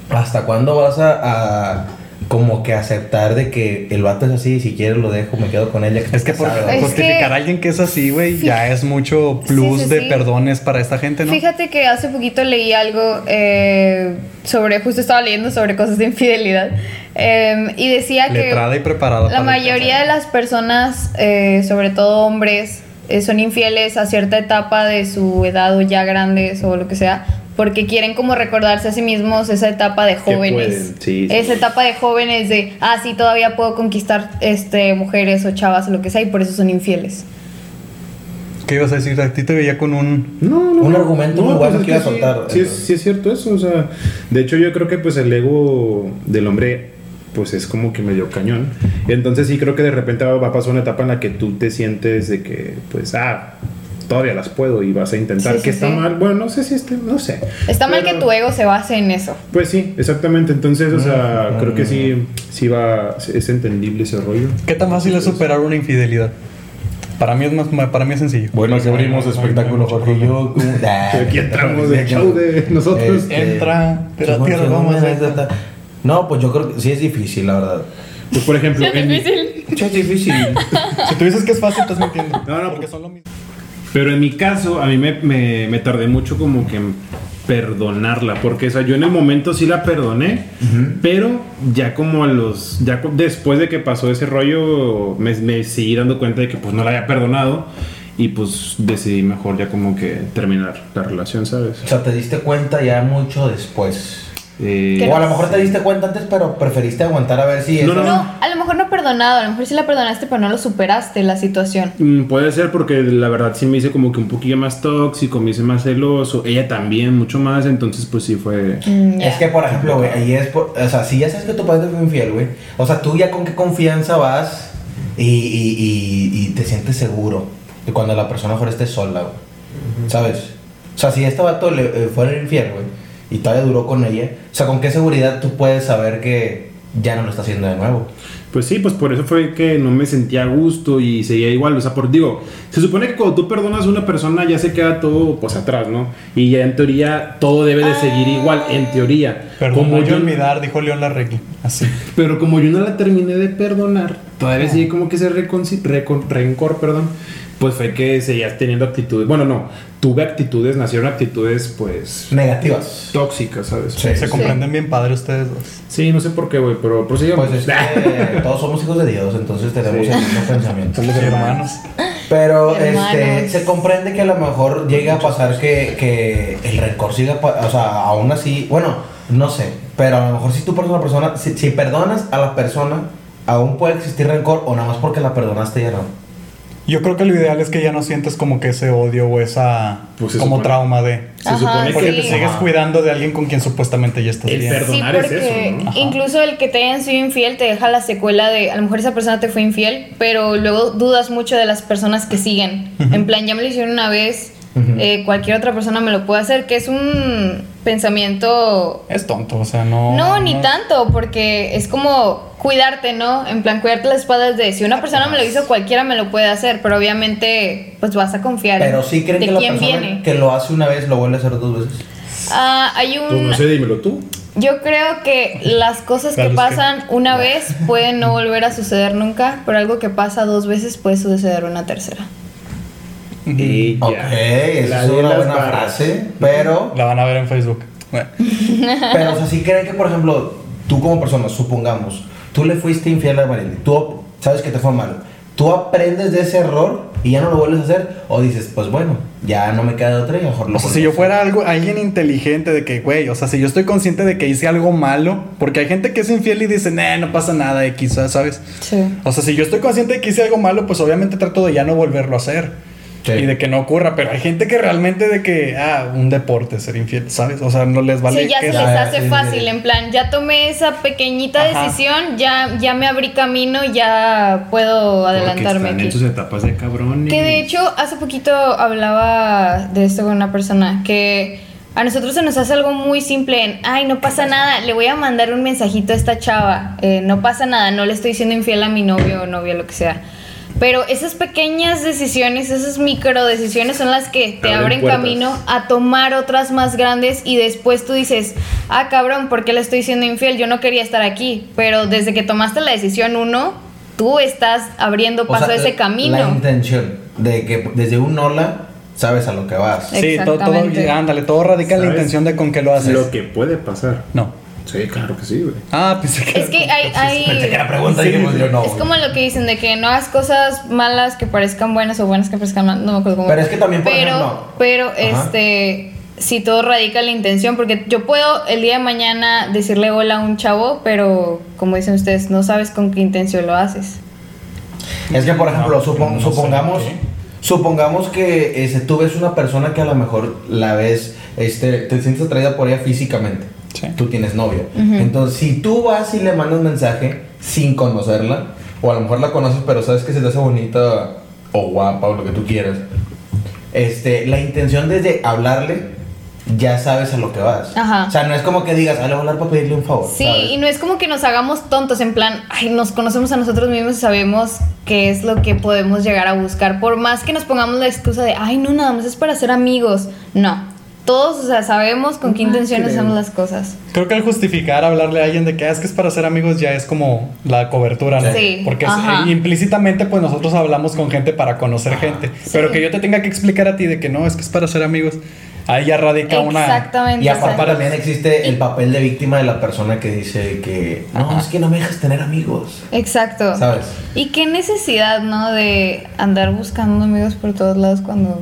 S4: ¿Hasta cuándo vas a, a como que aceptar de que el vato es así, si quieres lo dejo, me quedo con ella?
S2: Es que por
S3: Es que-
S2: justificar a alguien que es así, güey, ya es mucho
S3: Sí,
S2: plus
S3: sí,
S2: de
S3: sí.
S2: perdones para esta gente, ¿no?
S3: Fíjate que hace poquito leí algo eh, sobre, justo estaba leyendo sobre cosas de infidelidad eh, y decía
S2: Letrada y preparada.
S3: que la
S2: para
S3: mayoría de
S2: alcanzar.
S3: las personas, eh, sobre todo hombres, eh, son infieles a cierta etapa de su edad o ya grandes o lo que sea, porque quieren como recordarse a sí mismos esa etapa de jóvenes.
S1: pueden, sí, sí.
S3: Esa etapa de jóvenes de, ah, sí, todavía puedo conquistar este, mujeres o chavas o lo que sea y por eso son infieles.
S2: ¿Qué ibas a decir? A ti te veía con un.
S1: No, no.
S4: Un
S1: no. pues,
S4: argumento muy bueno
S1: es
S4: que iba a
S1: sí,
S4: soltar.
S1: Sí, es- sí es cierto eso, o sea, de hecho yo creo que pues el ego del hombre pues es como que medio cañón. Entonces sí creo que de repente va va a pasar una etapa en la que tú te sientes de que pues ah, todavía las puedo y vas a intentar
S3: Sí, sí,
S1: que está
S3: sí.
S1: mal. Bueno, no sé si este, no sé.
S3: Está mal
S1: Pero-
S3: que tu e- ego se base en eso.
S1: Pues sí, exactamente. Entonces, o sea,
S4: Mm,
S1: creo
S4: mm.
S1: que sí sí va es entendible ese rollo.
S2: ¿Qué tan fácil es superar una infidelidad? Para mí es más, para mí es sencillo.
S4: Bueno,
S2: aquí abrimos espectáculo, Jorge.
S4: Yo, como- Nah,
S1: Aquí entramos de show de nosotros.
S4: Este,
S2: Entra, te la
S4: según-
S2: tierra,
S4: según
S2: vamos
S4: una
S2: a hacer.
S4: anécdota. No, pues yo creo que sí es difícil, la verdad.
S1: Pues por ejemplo, en-
S4: Sí es difícil.
S2: Si tú dices que es fácil, estás mintiendo.
S1: No, no,
S2: porque
S1: pues-
S2: son lo mismo.
S1: Pero en mi caso, a mí me, me- me tardé mucho como que en perdonarla, porque o sea, yo en el momento sí la perdoné, pero ya como a los, ya cu- después de que pasó ese rollo, me, me seguí dando cuenta de que pues no la había perdonado y pues decidí mejor ya como que terminar la relación, ¿sabes?
S4: O sea, te diste cuenta ya mucho después.
S1: Eh,
S3: Que
S4: O a lo mejor te diste cuenta antes, pero preferiste aguantar a ver si
S1: No,
S4: eso-
S1: no,
S3: No, a lo mejor no perdonado, a lo mejor sí la perdonaste, pero no lo superaste la situación.
S1: Mm, Puede ser porque la verdad sí me hice como que un poquillo más tóxico, me hice más celoso, ella también mucho más, entonces pues sí fue...
S3: Mm, ya.
S4: Es que, por ejemplo, güey, ahí es por... O sea, si ya sabes que tu padre fue infiel, güey. O sea, tú ya con qué confianza vas y, y- y- y te sientes seguro de cuando la persona fuera esté sola, güey. ¿Sabes? O sea, si este vato le eh, fuera infiel, güey, y todavía duró con ella, o sea, ¿con qué seguridad tú puedes saber que ya no lo está haciendo de nuevo?
S1: Pues sí, pues por eso fue que no me sentía a gusto y seguía igual. O sea, por digo, se supone que cuando tú perdonas a una persona ya se queda todo pues atrás, ¿no? Y ya en teoría todo debe de seguir igual, en teoría.
S2: Pero como yo olvidar, dijo León Larregui. Así.
S1: Pero
S4: Ah.
S1: como yo no la terminé de perdonar, todavía sigue como que ese reconcil- recon- rencor, perdón. pues fue que seguías teniendo actitudes. Bueno, no, tuve actitudes, nacieron actitudes, pues.
S4: Negativas.
S1: tóxicas, ¿sabes?
S4: Sí.
S2: Se comprenden bien padre ustedes dos.
S1: Sí, no sé por qué, güey, pero prosigamos.
S4: Pues
S1: [laughs]
S4: es que todos somos hijos de Dios, entonces tenemos
S1: Sí.
S4: el mismo pensamiento.
S1: Somos hermanos.
S4: Pero
S3: Hermanos.
S4: este, se comprende que a lo mejor llega a pasar que, que el rencor siga, pa- o sea, aún así, bueno, no sé, pero a lo mejor si tú perdonas a una persona, si, si perdonas a la persona, aún puede existir rencor o nada más porque la perdonaste ya no.
S2: Yo creo que lo ideal es que ya no sientes como que ese odio o esa
S1: Pues se
S2: como
S1: supone.
S2: trauma de
S1: Se
S3: Ajá,
S1: supone
S2: porque
S1: que
S3: sí.
S2: te sigues
S4: Ajá.
S2: cuidando de alguien con quien supuestamente ya estás
S1: El
S2: bien.
S1: perdón. Perdonar
S3: sí,
S1: es
S3: porque
S1: eso, ¿no?
S2: Ajá.
S3: incluso el que te hayan sido infiel te deja la secuela de a lo mejor esa persona te fue infiel, pero luego dudas mucho de las personas que siguen. En plan, ya me lo hicieron una vez,
S4: Ujú.
S3: eh, cualquier otra persona me lo puede hacer, que es un pensamiento...
S2: Es tonto, o sea, no.
S3: No, ni tanto, porque es como cuidarte, ¿no? En plan, cuidarte las espaldas de si una persona me lo hizo, cualquiera me lo puede hacer, pero obviamente, pues vas a confiar.
S4: Pero sí creen
S3: ¿De
S4: que la
S3: quién
S4: persona
S3: viene?
S4: que lo hace una vez lo vuelve a hacer dos veces.
S3: Ah, hay un...
S1: Pues no sé, dímelo tú.
S3: Yo creo que las cosas que
S2: Carlos, ¿qué?
S3: pasan una vez pueden no volver a suceder nunca, pero algo que pasa dos veces puede suceder una tercera.
S1: Y ya.
S4: Ok, esa
S1: La
S4: es
S1: de
S4: una
S1: las
S4: buena
S1: barras.
S4: frase, pero...
S2: La van a ver en Facebook. Bueno,
S4: Pero, o sea, si creen que, por ejemplo, tú como persona, supongamos, tú le fuiste infiel a Marilyn, tú ap- sabes que te fue mal, tú aprendes de ese error y ya no lo vuelves a hacer, o dices, pues bueno, ya no me queda de otra y mejor lo
S2: o sea,
S4: vuelvo
S2: si
S4: a
S2: yo
S4: hacer.
S2: fuera algo, alguien inteligente de que, güey, o sea, si yo estoy consciente de que hice algo malo, porque hay gente que es infiel y dice, nah, no pasa nada, X, ¿sabes?
S3: Sí.
S2: O sea, si yo estoy consciente de que hice algo malo, pues obviamente trato de ya no volverlo a hacer.
S4: Sí.
S2: Y de que no ocurra, pero hay gente que realmente de que, ah, un deporte, ser infiel, ¿sabes? O sea, no les vale.
S3: sí, ya se
S2: que-
S3: les
S4: Ya,
S3: hace
S4: sí,
S3: fácil,
S4: sí.
S3: en plan, ya tomé esa pequeñita
S2: Ajá.
S3: decisión, ya, ya me abrí camino, ya puedo adelantarme.
S1: Porque están en
S3: aquí.
S1: sus etapas de cabrón. y-
S3: Que de hecho, hace poquito hablaba de esto con una persona que a nosotros se nos hace algo muy simple en, ay, no pasa nada, le voy a mandar un mensajito a esta chava, eh, no pasa nada, no le estoy siendo infiel a mi novio o novia, lo que sea. Pero esas pequeñas decisiones, esas micro decisiones son las que te
S1: Abren
S3: abren
S1: puertas.
S3: camino a tomar otras más grandes y después tú dices, ah, cabrón, ¿por qué le estoy siendo infiel? Yo no quería estar aquí. Pero desde que tomaste la decisión uno, tú estás abriendo
S4: O sea,
S3: paso a ese
S4: la-
S3: camino.
S4: La intención de que desde un hola sabes a lo que vas.
S2: Sí, todo, todo,
S3: Exactamente.
S2: ándale, todo radica en la
S1: ¿Sabes?
S2: intención de con que lo haces.
S1: Lo que puede pasar.
S2: No.
S1: Sí, claro que sí, güey.
S2: Ah, pensé que.
S3: [laughs] Es que hay, hay-
S4: Pensé que la pregunta dije, pues, yo no.
S3: es como lo que dicen de que no hagas cosas malas que parezcan buenas o buenas que parezcan malas. No me acuerdo cómo.
S4: Pero es que también, por
S3: pero,
S4: ejemplo-
S3: pero
S4: Ajá.
S3: este, si todo radica en la intención, porque yo puedo el día de mañana decirle hola a un chavo, pero como dicen ustedes, no sabes con qué intención lo haces.
S4: Es que, por ejemplo,
S2: No,
S4: supon-
S2: no sé
S4: supongamos,
S2: por qué.
S4: supongamos que este, tú ves una persona que a lo mejor la ves, este, te sientes atraída por ella físicamente.
S2: Sí.
S4: Tú tienes novio. Entonces, si tú vas y le mandas mensaje sin conocerla, o a lo mejor la conoces, pero sabes que se te hace bonita o guapa o lo que tú quieras, este, la intención desde hablarle, ya sabes a lo que vas.
S3: Ajá.
S4: O sea, no es como que digas, ah, le voy a hablar para pedirle un favor.
S3: Sí,
S4: ¿sabes?
S3: y no es como que nos hagamos tontos, en plan, ay, nos conocemos a nosotros mismos y sabemos qué es lo que podemos llegar a buscar. Por más que nos pongamos la excusa de, ay, no, nada más es para ser amigos. No. Todos, o sea, sabemos con
S2: Ah,
S3: qué intenciones hacemos las cosas.
S2: Creo que al justificar hablarle a alguien de que "Ah, es que es para ser amigos ya es como la cobertura, ¿no?
S3: Sí,
S2: Porque es-
S3: ajá.
S2: eh, implícitamente pues nosotros hablamos con gente para conocer gente. Pero que yo te tenga que explicar a ti de que no, es que es para ser amigos, ahí ya radica una...
S3: Exactamente.
S4: Y aparte
S3: exacto.
S4: también existe el papel de víctima de la persona que dice que no,
S2: Ajá.
S4: es que no me dejas tener amigos.
S3: Exacto.
S4: ¿Sabes?
S3: Y qué necesidad, ¿no? De andar buscando amigos por todos lados cuando...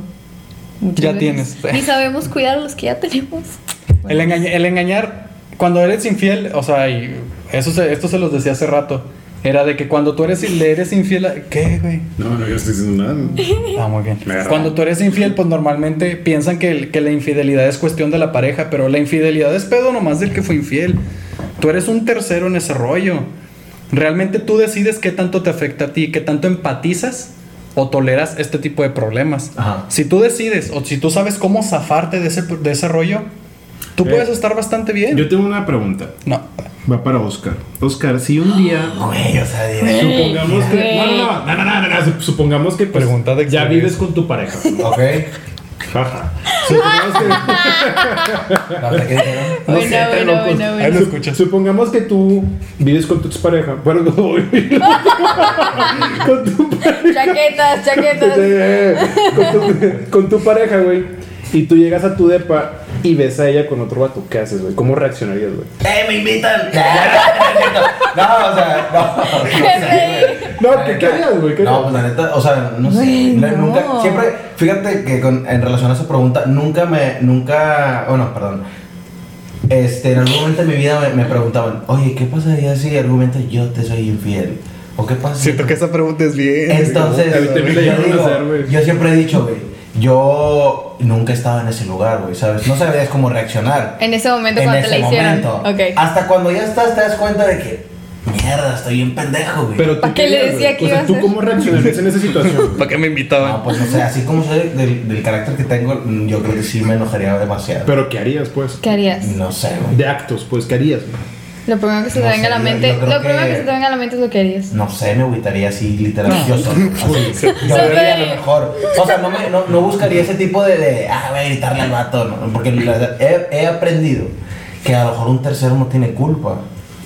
S3: muchas
S2: Ya
S3: veces
S2: tienes.
S3: Ni [laughs] sabemos cuidar a los que ya tenemos.
S2: El, engaña- el engañar, cuando eres infiel, o sea, y eso se- esto se los decía hace rato, era de que cuando tú eres, le eres infiel a... ¿Qué, güey?
S1: No, no, yo estoy diciendo nada.
S2: Ah, muy bien.
S1: Me agarró.
S2: Cuando tú eres infiel, pues normalmente piensan que, el- que la infidelidad es cuestión de la pareja, pero la infidelidad es pedo nomás del que fue infiel. Tú eres un tercero en ese rollo. Realmente tú decides qué tanto te afecta a ti, qué tanto empatizas o toleras este tipo de problemas.
S4: Ajá.
S2: Si tú decides o si tú sabes cómo zafarte de ese, de ese rollo, tú
S1: Eh,
S2: puedes estar bastante
S1: [laughs]
S2: bien.
S1: Yo tengo una pregunta.
S4: [laughs]
S2: No.
S1: Va para Oscar. Oscar, si un
S4: [gasps]
S1: día
S4: Güey, o sea, [laughs] diré.
S1: Supongamos que. No, no, no, no, no, no, no, no, sup- Supongamos que pues,
S2: Pregunta de
S1: ya
S2: experiencia.
S1: vives con tu pareja.
S4: Ok.
S1: Jaja.
S4: ¿Verdad que dijeron?
S1: No sé,
S3: Bueno,
S1: entre
S3: bueno,
S1: locos.
S3: bueno,
S2: Ahí lo
S3: bueno.
S1: Sup-
S2: escuchas.
S1: Supongamos que tú vives con tu expareja. Bueno, [laughs] no, con tu
S3: Chaquetas, chaquetas.
S2: [laughs]
S1: Eh, con, tu, [laughs] con tu pareja, güey. Y tú llegas a tu depa y ves a ella con otro vato. ¿Qué haces, güey? ¿Cómo reaccionarías, güey?
S4: ¡Eh, me invitan! No, o sea, no. o sea,
S1: No,
S4: la
S1: ¿qué-
S4: neta-
S1: qué harías, güey? ¿Qué
S4: No,
S1: harías?
S4: pues la neta, o sea, no sé.
S3: Güey,
S4: la-
S3: no.
S4: Nunca, siempre, fíjate que con- en relación a esa pregunta, nunca me, nunca, bueno, perdón. Este, en algún momento de mi vida me, me preguntaban, oye, ¿qué pasaría si argumento yo te soy infiel? ¿O qué pasa? si-
S2: Siento que esa pregunta es bien.
S4: Entonces,
S1: A mí también la
S4: yo,
S1: llegaron a
S4: digo,
S1: hacer, güey.
S4: yo siempre he dicho, güey, yo nunca he estado en ese lugar, güey, ¿sabes? No sabías cómo reaccionar.
S3: En ese momento cuando te la
S4: ese
S3: hicieron.
S4: momento.
S3: Ok.
S4: Hasta cuando ya estás, te das cuenta de que, mierda, estoy bien pendejo, güey.
S1: Pero tú
S3: ¿Para qué le
S1: harías,
S3: decía
S1: güey?
S3: que
S1: O sea,
S3: iba a
S1: ¿tú
S3: ser?
S1: cómo reaccionarías en esa situación? güey?
S2: ¿Para qué me
S4: No,
S1: ah.
S2: invitaban?
S4: pues no sé, así como soy del, del carácter que tengo, mm, yo creo que sí me enojaría demasiado.
S1: [laughs] Pero ¿qué harías, pues?
S3: ¿Qué harías?
S4: no sé, güey.
S1: De actos, pues, ¿qué harías? güey?
S3: Lo primero que se te
S4: No
S3: venga a la
S4: sé, yo-
S3: mente.
S4: yo creo
S3: Lo primero que
S4: que
S3: se te venga a la mente es lo que harías.
S4: No sé, me agüitaría así, literal. pues,
S2: [laughs]
S4: Yo solo. así. Yo
S3: Solo
S4: vería
S3: de-
S4: lo mejor. O sea, no, me, no, no buscaría ese tipo de, de, ah, voy a gritarle al vato, no, porque la verdad, he, he aprendido que a lo mejor un tercero no tiene culpa.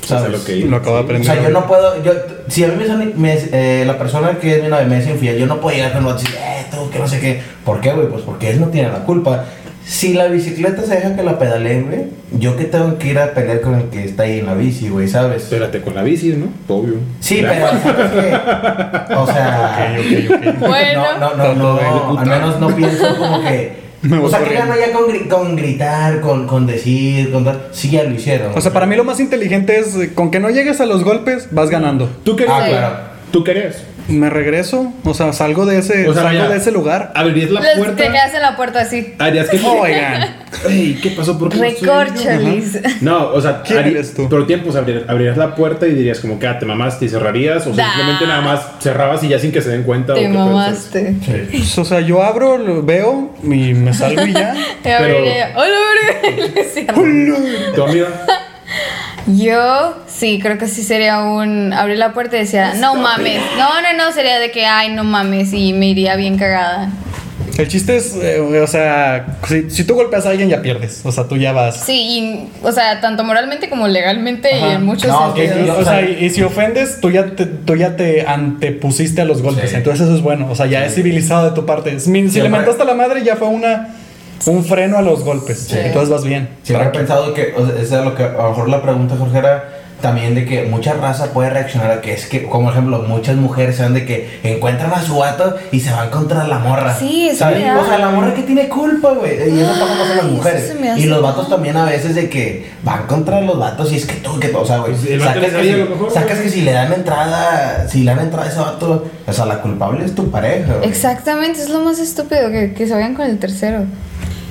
S4: ¿Sabes?
S1: O sea, lo que-
S2: Lo acabo de
S4: O
S2: aprender.
S4: sea, yo no puedo. Yo, si a mí me, son- me- eh, la persona que es mi novia me es infiel, yo no puedo llegar con los decir, eh, tú, que no sé qué. ¿Por qué, güey? Pues porque él no tiene la culpa. Si la bicicleta se deja que la pedaleen, güey, yo que tengo que ir a pelear con el que está ahí en la bici, güey, ¿sabes?
S1: Espérate con la bici, ¿no? Obvio.
S4: Sí,
S1: Claro.
S4: pero. ¿sabes qué? O sea.
S3: Bueno.
S4: [laughs] No, no, no,
S2: Tanto de
S4: no,
S2: puta.
S4: al menos no pienso como que.
S2: [laughs] Me voy
S4: o sea, que
S2: corriendo.
S4: gano ya con, gri- con gritar, con, con decir, con tal. Sí, ya lo hicieron.
S2: O sea, para mí lo más inteligente es eh, con que no llegues a los golpes, vas ganando.
S1: ¿Tú qué harías?
S4: Ah,
S1: güey?
S4: claro.
S1: ¿Tú qué harías?
S2: Me regreso, o sea, salgo de ese,
S1: O sea,
S2: salgo
S1: mira,
S2: de ese lugar.
S1: ¿Abrirías la
S3: Les- Te
S1: puerta?
S3: quedas en la puerta
S4: Ah,
S3: así.
S1: ¿Harías
S3: [laughs]
S1: que...
S2: Oigan,
S1: [laughs] Ey, ¿qué pasó? ¿Por qué no estoy yo?
S3: Recorcholis.
S1: No, o sea,
S2: ¿Quién
S1: harí-
S2: eres tú?
S1: Pero tiempos abrir- abrirás la puerta y dirías como que ah, te mamaste y cerrarías o
S3: Da.
S1: simplemente nada más cerrabas y ya sin que se den cuenta. o
S3: Te
S1: qué pedo, ¿sabes?
S3: mamaste.
S4: Sí.
S2: pues, o sea, yo abro, lo veo y me salgo y
S4: [laughs]
S2: ya.
S3: Te abriría. ¡Hola, verga! [laughs] y le cierro.
S4: Oh,
S1: Tu
S3: [laughs]
S1: amiga.
S3: Yo sí, creo que sí sería un abrir la puerta y decía, no mames. No, no, no, sería de que, ay, no mames, y me iría bien cagada.
S2: El chiste es, eh, o sea, si, si tú golpeas a alguien ya pierdes, o sea, tú ya vas.
S3: Sí, y, o sea, tanto moralmente como legalmente y
S2: Ajá.
S3: en muchos
S4: No, que
S3: sentidos.
S2: O sea, y, y si ofendes, tú ya te, tú ya te antepusiste a los golpes,
S4: Sí.
S2: entonces eso es bueno, o sea, ya es civilizado de tu parte. Si, si
S4: Siempre.
S2: le mentaste a la madre ya fue una un freno a los golpes, entonces vas bien.
S4: Siempre he pensado que, o sea, eso es lo que a lo mejor la pregunta, Jorge, era también de que mucha raza puede reaccionar a que es que, como ejemplo, muchas mujeres saben de que encuentran a su vato y se van contra la morra.
S3: Sí, eso
S4: ¿sabes?
S3: me da-
S4: O sea, la morra que tiene culpa, güey. Y eso pasa más en las
S3: Ay, eso
S4: mujeres.
S3: se me hace
S4: Y los vatos
S3: mal.
S4: también a veces de que van contra los vatos y es que tú, que tú, o sea, güey.
S1: Pues el vato
S4: Sacas,
S1: le
S4: que
S1: sabía
S4: si-
S1: lo mejor,
S4: sacas
S1: güey.
S4: que si le dan entrada, si le dan entrada a ese vato, o sea, la culpable es tu pareja. güey.
S3: Exactamente, es lo más estúpido que, que se vayan con el tercero.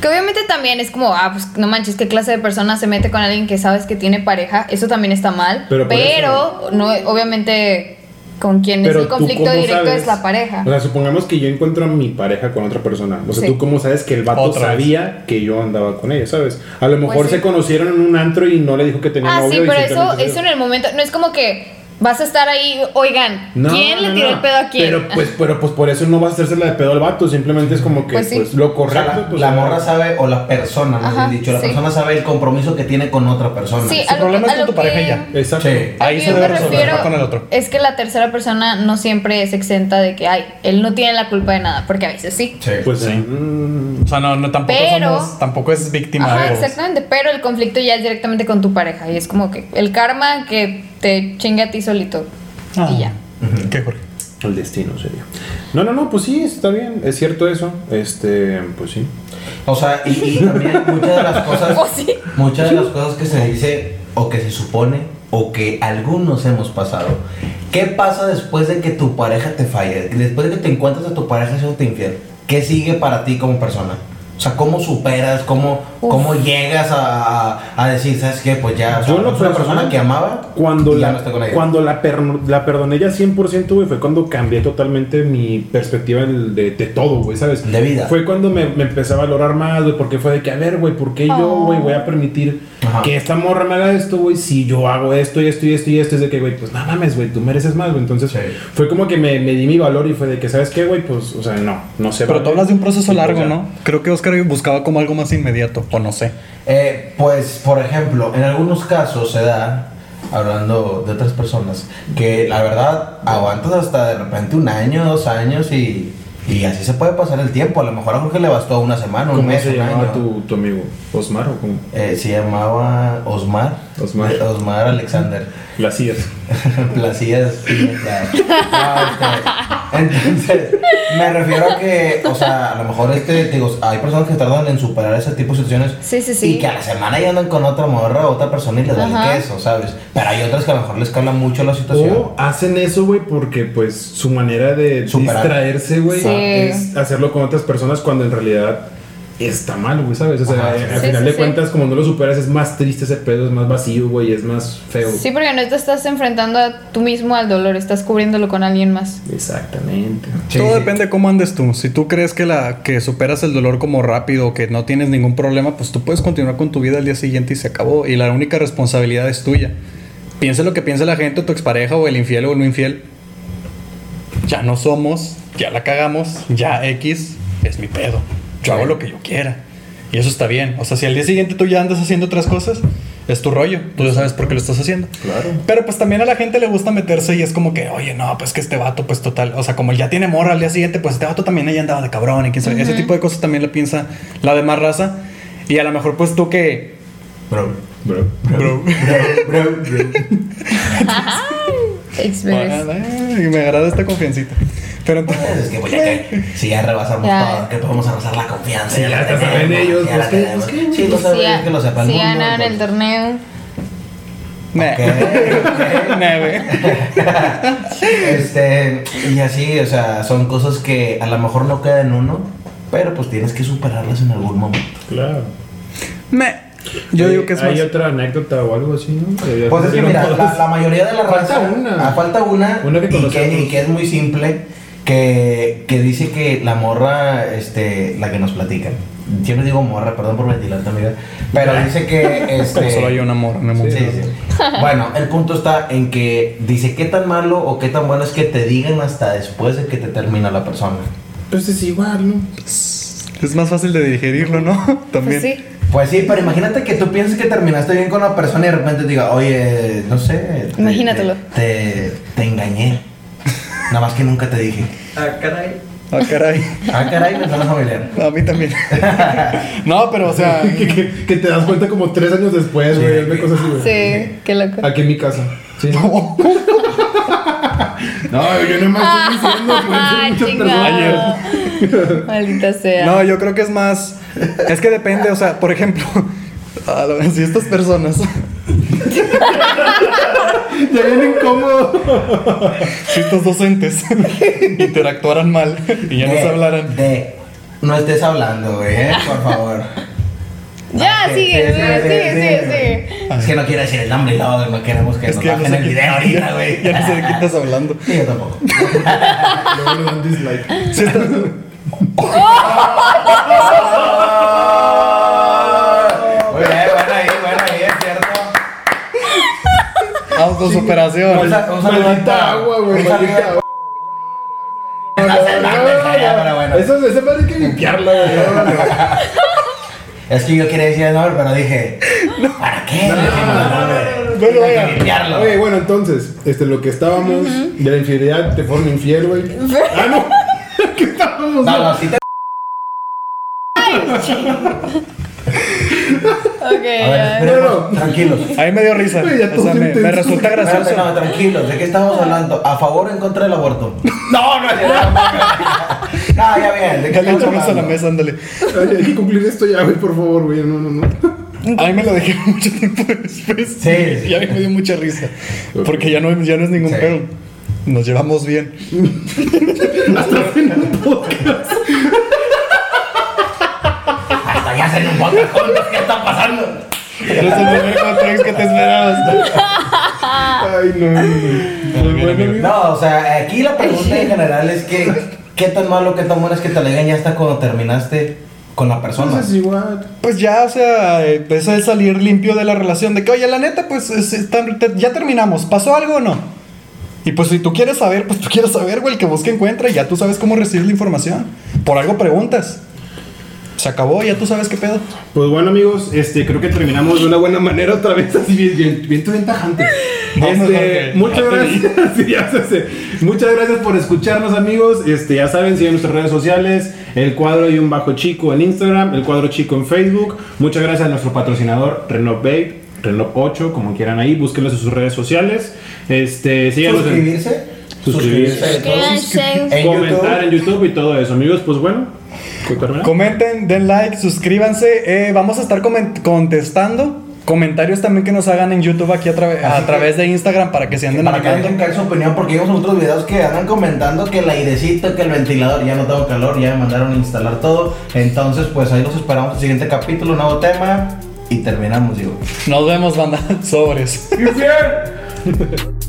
S3: Que obviamente también es como, ah, pues no manches, qué clase de persona se mete con alguien que sabes que tiene pareja. Eso también está mal.
S1: Pero
S3: Pero,
S1: por
S3: no, obviamente, con quien es el
S1: tú
S3: conflicto
S1: cómo
S3: directo
S1: sabes-
S3: es la pareja.
S1: O sea, supongamos que yo encuentro a mi pareja con otra persona. O sea,
S3: Sí.
S1: tú cómo sabes que el vato
S2: Otra vez.
S1: sabía que yo andaba con ella, ¿sabes? A lo mejor
S3: Pues sí.
S1: se conocieron en un antro y no le dijo que tenía
S3: Ah,
S1: novio.
S3: sí,
S1: y
S3: pero eso,
S1: simplemente se
S3: eso en
S1: dieron.
S3: el momento. No es como que vas a estar ahí, oigan,
S1: No,
S3: ¿quién le
S1: no,
S3: tiró
S1: no.
S3: el pedo a quién?
S1: Pero pues, pero pues por eso no vas a hacerse la de pedo al vato. Simplemente es como que
S3: Pues sí.
S1: pues, lo
S4: O sea,
S1: correcto.
S4: la,
S1: pues,
S4: la
S1: era-
S4: morra sabe, o la persona, más
S3: Ajá,
S4: bien dicho, la
S3: sí.
S4: persona sabe el compromiso que tiene con otra persona.
S3: Sí,
S2: Si el
S3: a lo
S2: problema
S3: que-
S2: es
S3: a
S2: con tu
S3: lo
S2: pareja
S3: que-
S2: ya.
S1: Exacto.
S4: Sí.
S2: Ahí
S3: Lo que
S2: se
S3: yo
S2: debe
S3: me
S2: resolver,
S3: refiero
S2: no con el otro.
S3: Es que la tercera persona no siempre es exenta de que, ay, él no tiene la culpa de nada, porque a veces sí.
S4: Sí.
S1: Pues
S2: Sí.
S1: mm,
S2: O sea, no, no tampoco
S3: Pero-
S2: somos, tampoco es víctima
S3: Ajá,
S2: de los-
S3: exactamente, pero el conflicto ya es directamente con tu pareja y es como que el karma que te chingue a ti
S4: [laughs]
S3: solito
S2: Ah.
S3: y ya.
S2: ¿Qué, Jorge?
S1: El destino sería. No, no, no, pues sí, está bien, es cierto eso. Este, pues sí.
S4: O sea, y, y también muchas de
S3: [laughs]
S4: las cosas,
S3: ¿O Pues sí?
S4: muchas de las cosas que se dice o que se supone o que algunos hemos pasado. ¿Qué pasa después de que tu pareja te falla? Después de que te encuentras a tu pareja siendo infiel. ¿Qué sigue para ti como persona? O sea, ¿cómo superas? ¿Cómo,
S3: Uf.
S4: cómo llegas a, a- a decir, sabes qué? Pues ya, o sea,
S1: Yo en lo
S4: es una persona
S1: personal,
S4: que amaba
S1: Cuando
S4: y ya
S1: la,
S4: no está con ella.
S1: cuando la, per- la perdoné ya 100%, güey, fue cuando cambié totalmente mi perspectiva del- de, de todo, güey, ¿sabes?
S4: De vida.
S1: Fue cuando me, me empecé a valorar más, güey, porque fue de que, a ver, güey, ¿por qué yo,
S3: Oh.
S1: güey, voy a permitir
S4: Ajá.
S1: que esta morra me haga esto, güey? Si yo hago esto y esto y esto y esto, es de que, güey, pues nada mames, güey, tú mereces más, güey. Entonces,
S4: Sí.
S1: fue como que me, me di mi valor y fue de que, ¿sabes qué, güey? Pues, o sea, no, no sé.
S2: Pero tú hablas de un proceso largo, ¿no? Creo que Oscar buscaba como algo más inmediato, o no sé.
S4: Eh, pues, por ejemplo, en algunos casos se da, hablando de otras personas, que la verdad aguantas hasta de repente un año, dos años y, y así se puede pasar el tiempo. A lo mejor a Jorge le bastó una semana, un
S1: ¿Cómo
S4: mes,
S1: se
S4: un
S1: llamaba
S4: año.
S1: tu, tu amigo? ¿Osmar o cómo?
S4: Eh, se llamaba Osmar.
S1: Osmar.
S4: Eh, Osmar Alexander.
S1: La hacías.
S4: [laughs] Placidas. Pimienta. Ah, ok. Entonces, me refiero a que, o sea, a lo mejor este, digo, hay personas que tardan en superar ese tipo de situaciones.
S3: Sí, sí, sí.
S4: Y que a la semana ya andan con otra morra, otra persona y les vale
S3: Ajá.
S4: queso, ¿sabes? Pero hay otras que a lo mejor les cala mucho la situación.
S1: O hacen eso, güey, porque pues su manera de
S4: Superar.
S1: distraerse, güey,
S3: Sí.
S1: es hacerlo con otras personas cuando en realidad está mal, güey, ¿sabes? O sea, eh,
S4: Ajá, sí.
S1: al
S3: Sí,
S1: final
S3: sí,
S1: de
S3: sí.
S1: cuentas, como no lo superas, es más triste ese pedo, es más vacío, güey, es más feo.
S3: Sí, porque no te estás enfrentando a tú mismo al dolor, estás cubriéndolo con alguien más.
S1: Exactamente.
S4: Sí,
S2: Todo
S4: sí.
S2: depende de cómo andes tú. Si tú crees que la que superas el dolor como rápido, que no tienes ningún problema, pues tú puedes continuar con tu vida al día siguiente y se acabó. Y la única responsabilidad es tuya. Piense lo que piense la gente, o tu expareja o el infiel o el no infiel. Ya no somos, ya la cagamos, ya X es mi pedo. Yo hago lo que yo quiera. Y eso está bien. O sea, si al día siguiente tú ya andas haciendo otras cosas, es tu rollo. Tú ya sabes por qué lo estás haciendo.
S1: Claro.
S2: Pero pues también a la gente le gusta meterse y es como que, oye, no, pues que este vato, pues total, o sea, como ya tiene morra al día siguiente, pues este vato también ahí andaba de cabrón y quién sabe. Ese tipo de cosas también lo piensa la demás raza. Y a lo mejor, pues tú que.
S4: Bro,
S1: Bro.
S2: Bro.
S4: bro, bro.
S3: Experience.
S2: Y me agrada esta confiancita. Pero
S1: [laughs]
S2: entonces.
S4: Es que, pues, ya que si ya rebasamos
S3: Ya.
S4: todo, que podemos arrasar la confianza.
S1: Sí, ya
S4: la
S1: hasta
S4: tenemos,
S1: saben ellos,
S4: ya
S1: pues,
S4: la
S1: ¿qué?
S4: tenemos.
S1: Pues, ¿qué?
S4: Sí, lo saben, que pues. lo sepan.
S3: si ganaron el torneo.
S2: Nah. [laughs] Nah, güey.
S4: Este, y así, o sea, son cosas que a lo mejor no quedan en uno, pero pues tienes que superarlas en algún momento.
S1: Claro.
S2: Meh. Yo
S1: Oye,
S2: digo que es
S1: Hay
S2: más.
S1: otra anécdota o algo así, ¿no? Que
S4: Pues es que
S1: hicieron
S4: mira,
S1: todos.
S4: la, la mayoría de la raza.
S1: Falta una.
S4: Ah, falta una.
S1: Una que
S4: y,
S1: conocemos.
S4: que, y que es muy simple. Que, que dice que la morra, este, la que nos platican. Siempre digo morra, perdón por ventilarte, amiga. Pero dice que.
S1: [laughs]
S4: Este,
S2: Solo hay un amor, un amor.
S4: Sí, sí. Bueno, el punto está en que dice qué tan malo o qué tan bueno es que te digan hasta después de que te termina la persona.
S1: Pues es igual, ¿no? [laughs]
S2: Es más fácil de digerirlo, ¿no? [laughs] También.
S3: Pues sí.
S4: Pues sí, pero imagínate que tú pienses que terminaste bien con la persona y de repente te diga, oye, no sé. te-
S3: Imagínatelo.
S4: Te, te, te engañé. Nada más que nunca te dije.
S2: Ah, caray.
S4: Ah, caray, me suena familiar.
S2: A
S1: [laughs]
S2: mí también. no, pero o sea.
S1: que, que- que te das cuenta como tres años después,
S4: Sí.
S1: güey, una cosa así, güey.
S4: [laughs]
S3: Sí, qué loco.
S1: Aquí en mi casa. Sí. no, yo no más estoy diciendo, pueden ser
S3: Ah,
S1: muchas
S3: chingado.
S4: [laughs]
S3: Maldita sea.
S2: No, yo creo que es más. Es que depende, o sea, por ejemplo, [laughs] a lo- si estas personas.
S1: personas. [laughs] Ya vienen incómodo.
S2: Si estos dos [laughs] entes interactuaran mal y ya no se
S4: De-
S2: hablaran.
S4: de- no estés hablando, güey, eh, por favor.
S3: [laughs] ya,
S4: Sí,
S3: sigue,
S4: sí,
S3: sigue,
S4: sí,
S3: sigue,
S4: sí,
S3: sigue,
S4: sí.
S3: sigue.
S4: Es que no quiero decir el nombre y luego no queremos que
S2: Ah. Es
S4: nos
S2: que ya no
S4: bajen
S2: sé
S4: el
S2: qué-
S4: video ahorita, güey.
S2: Ya no sé de qué estás hablando.
S4: [laughs] Sí, yo tampoco.
S1: Luego le dan dislike.
S2: Si estas-
S4: Muy bien, bueno ahí, bueno ahí, es cierto.
S2: Autosuperación.
S4: Vamos a- vamos a
S1: Maldita
S4: levantar.
S1: agua, güey.
S4: Un saludo. [laughs]
S1: Maldita agua.
S4: No se mames, ya, pero bueno.
S1: Eso ese madre hay que limpiarlo,
S4: [laughs]
S1: güey.
S4: Es que yo quería decir el nombre, pero dije, ¿para qué? decimos el nombre?
S2: Bueno,
S4: Hay que
S2: vaya.
S4: limpiarlo.
S1: Oye, bueno, entonces, este, lo que estábamos de la infidelidad, te fueron infiel, güey. ah, no. ¿Qué estábamos?
S4: No, no, sí te-
S3: Ok,
S4: A ver,
S3: ya.
S4: esperemos, [laughs] tranquilos.
S2: Ahí me dio risa.
S1: Güey, ya
S2: O sea,
S1: todo
S2: me,
S1: intenso.
S2: me resulta
S4: Espérate, No,
S2: gracioso.
S4: tranquilos, ¿de qué estamos hablando? ¿A favor o en contra del [laughs] aborto? No, no, no. No, ya bien, ¿de qué
S2: Ya le
S4: estamos
S2: echo más a la
S4: hablando?
S2: mesa, ándale.
S1: Ay, hay que cumplir esto ya, güey, por favor, güey. No, no, no.
S2: Ahí me lo dejé mucho tiempo después.
S4: Sí.
S2: [laughs] Y a mí me dio mucha risa. Porque ya no, ya no es ningún
S4: Sí.
S2: pedo. Nos llevamos bien.
S4: Hasta ya se nos bota juntos, ¿qué está pasando?
S2: Eres el primer contrax que te esperabas.
S1: Ay, no, no, no. Muy bueno, amigo.
S4: No, o sea, aquí la pregunta en general es que qué tan malo, qué tan bueno es que te lo digan ya hasta cuando terminaste con la persona.
S1: Entonces, igual.
S2: Pues ya, o sea, empezó a salir limpio de la relación. De que, oye, la neta, pues es- está- te- ya terminamos. ¿Pasó algo o no? Y pues si tú quieres saber, pues tú quieres saber, güey. El que busca encuentra y ya tú sabes cómo recibir la información. Por algo preguntas. se acabó, ya tú sabes qué pedo.
S1: Pues bueno, amigos, este, creo que terminamos de una buena manera otra vez, así bien, bien, bien ventajante.
S2: Vamos,
S1: Este,
S2: Jorge.
S1: muchas
S2: Rápido.
S1: gracias, [laughs] sí, ya se hace. muchas gracias por escucharnos, amigos. Este, ya saben, sigan nuestras redes sociales, el cuadro y un bajo chico en Instagram, el cuadro chico en Facebook. Muchas gracias a nuestro patrocinador, Renov Babe, Renov 8, como quieran ahí, búsquenlos en sus redes sociales. Este, síganos en-
S4: Suscribirse.
S1: Suscribirse.
S3: Suscríbanse.
S4: En
S1: comentar
S4: YouTube.
S1: en YouTube y todo eso, amigos. Pues bueno, ¿qué termina?
S2: Comenten, den like, suscríbanse. eh, vamos a estar comen- contestando comentarios también que nos hagan en YouTube aquí a, trabe- a
S4: Así que-
S2: través de Instagram para que se anden
S4: Para que alguien
S2: marcando.
S4: caiga su opinión, porque vimos otros videos que andan comentando que el airecito, que el ventilador, ya no tengo calor, ya me mandaron a instalar todo. Entonces, pues ahí los esperamos el siguiente capítulo, un nuevo tema y terminamos, digo.
S2: Nos vemos, banda. [laughs] Sobres.
S1: ¡Infiel!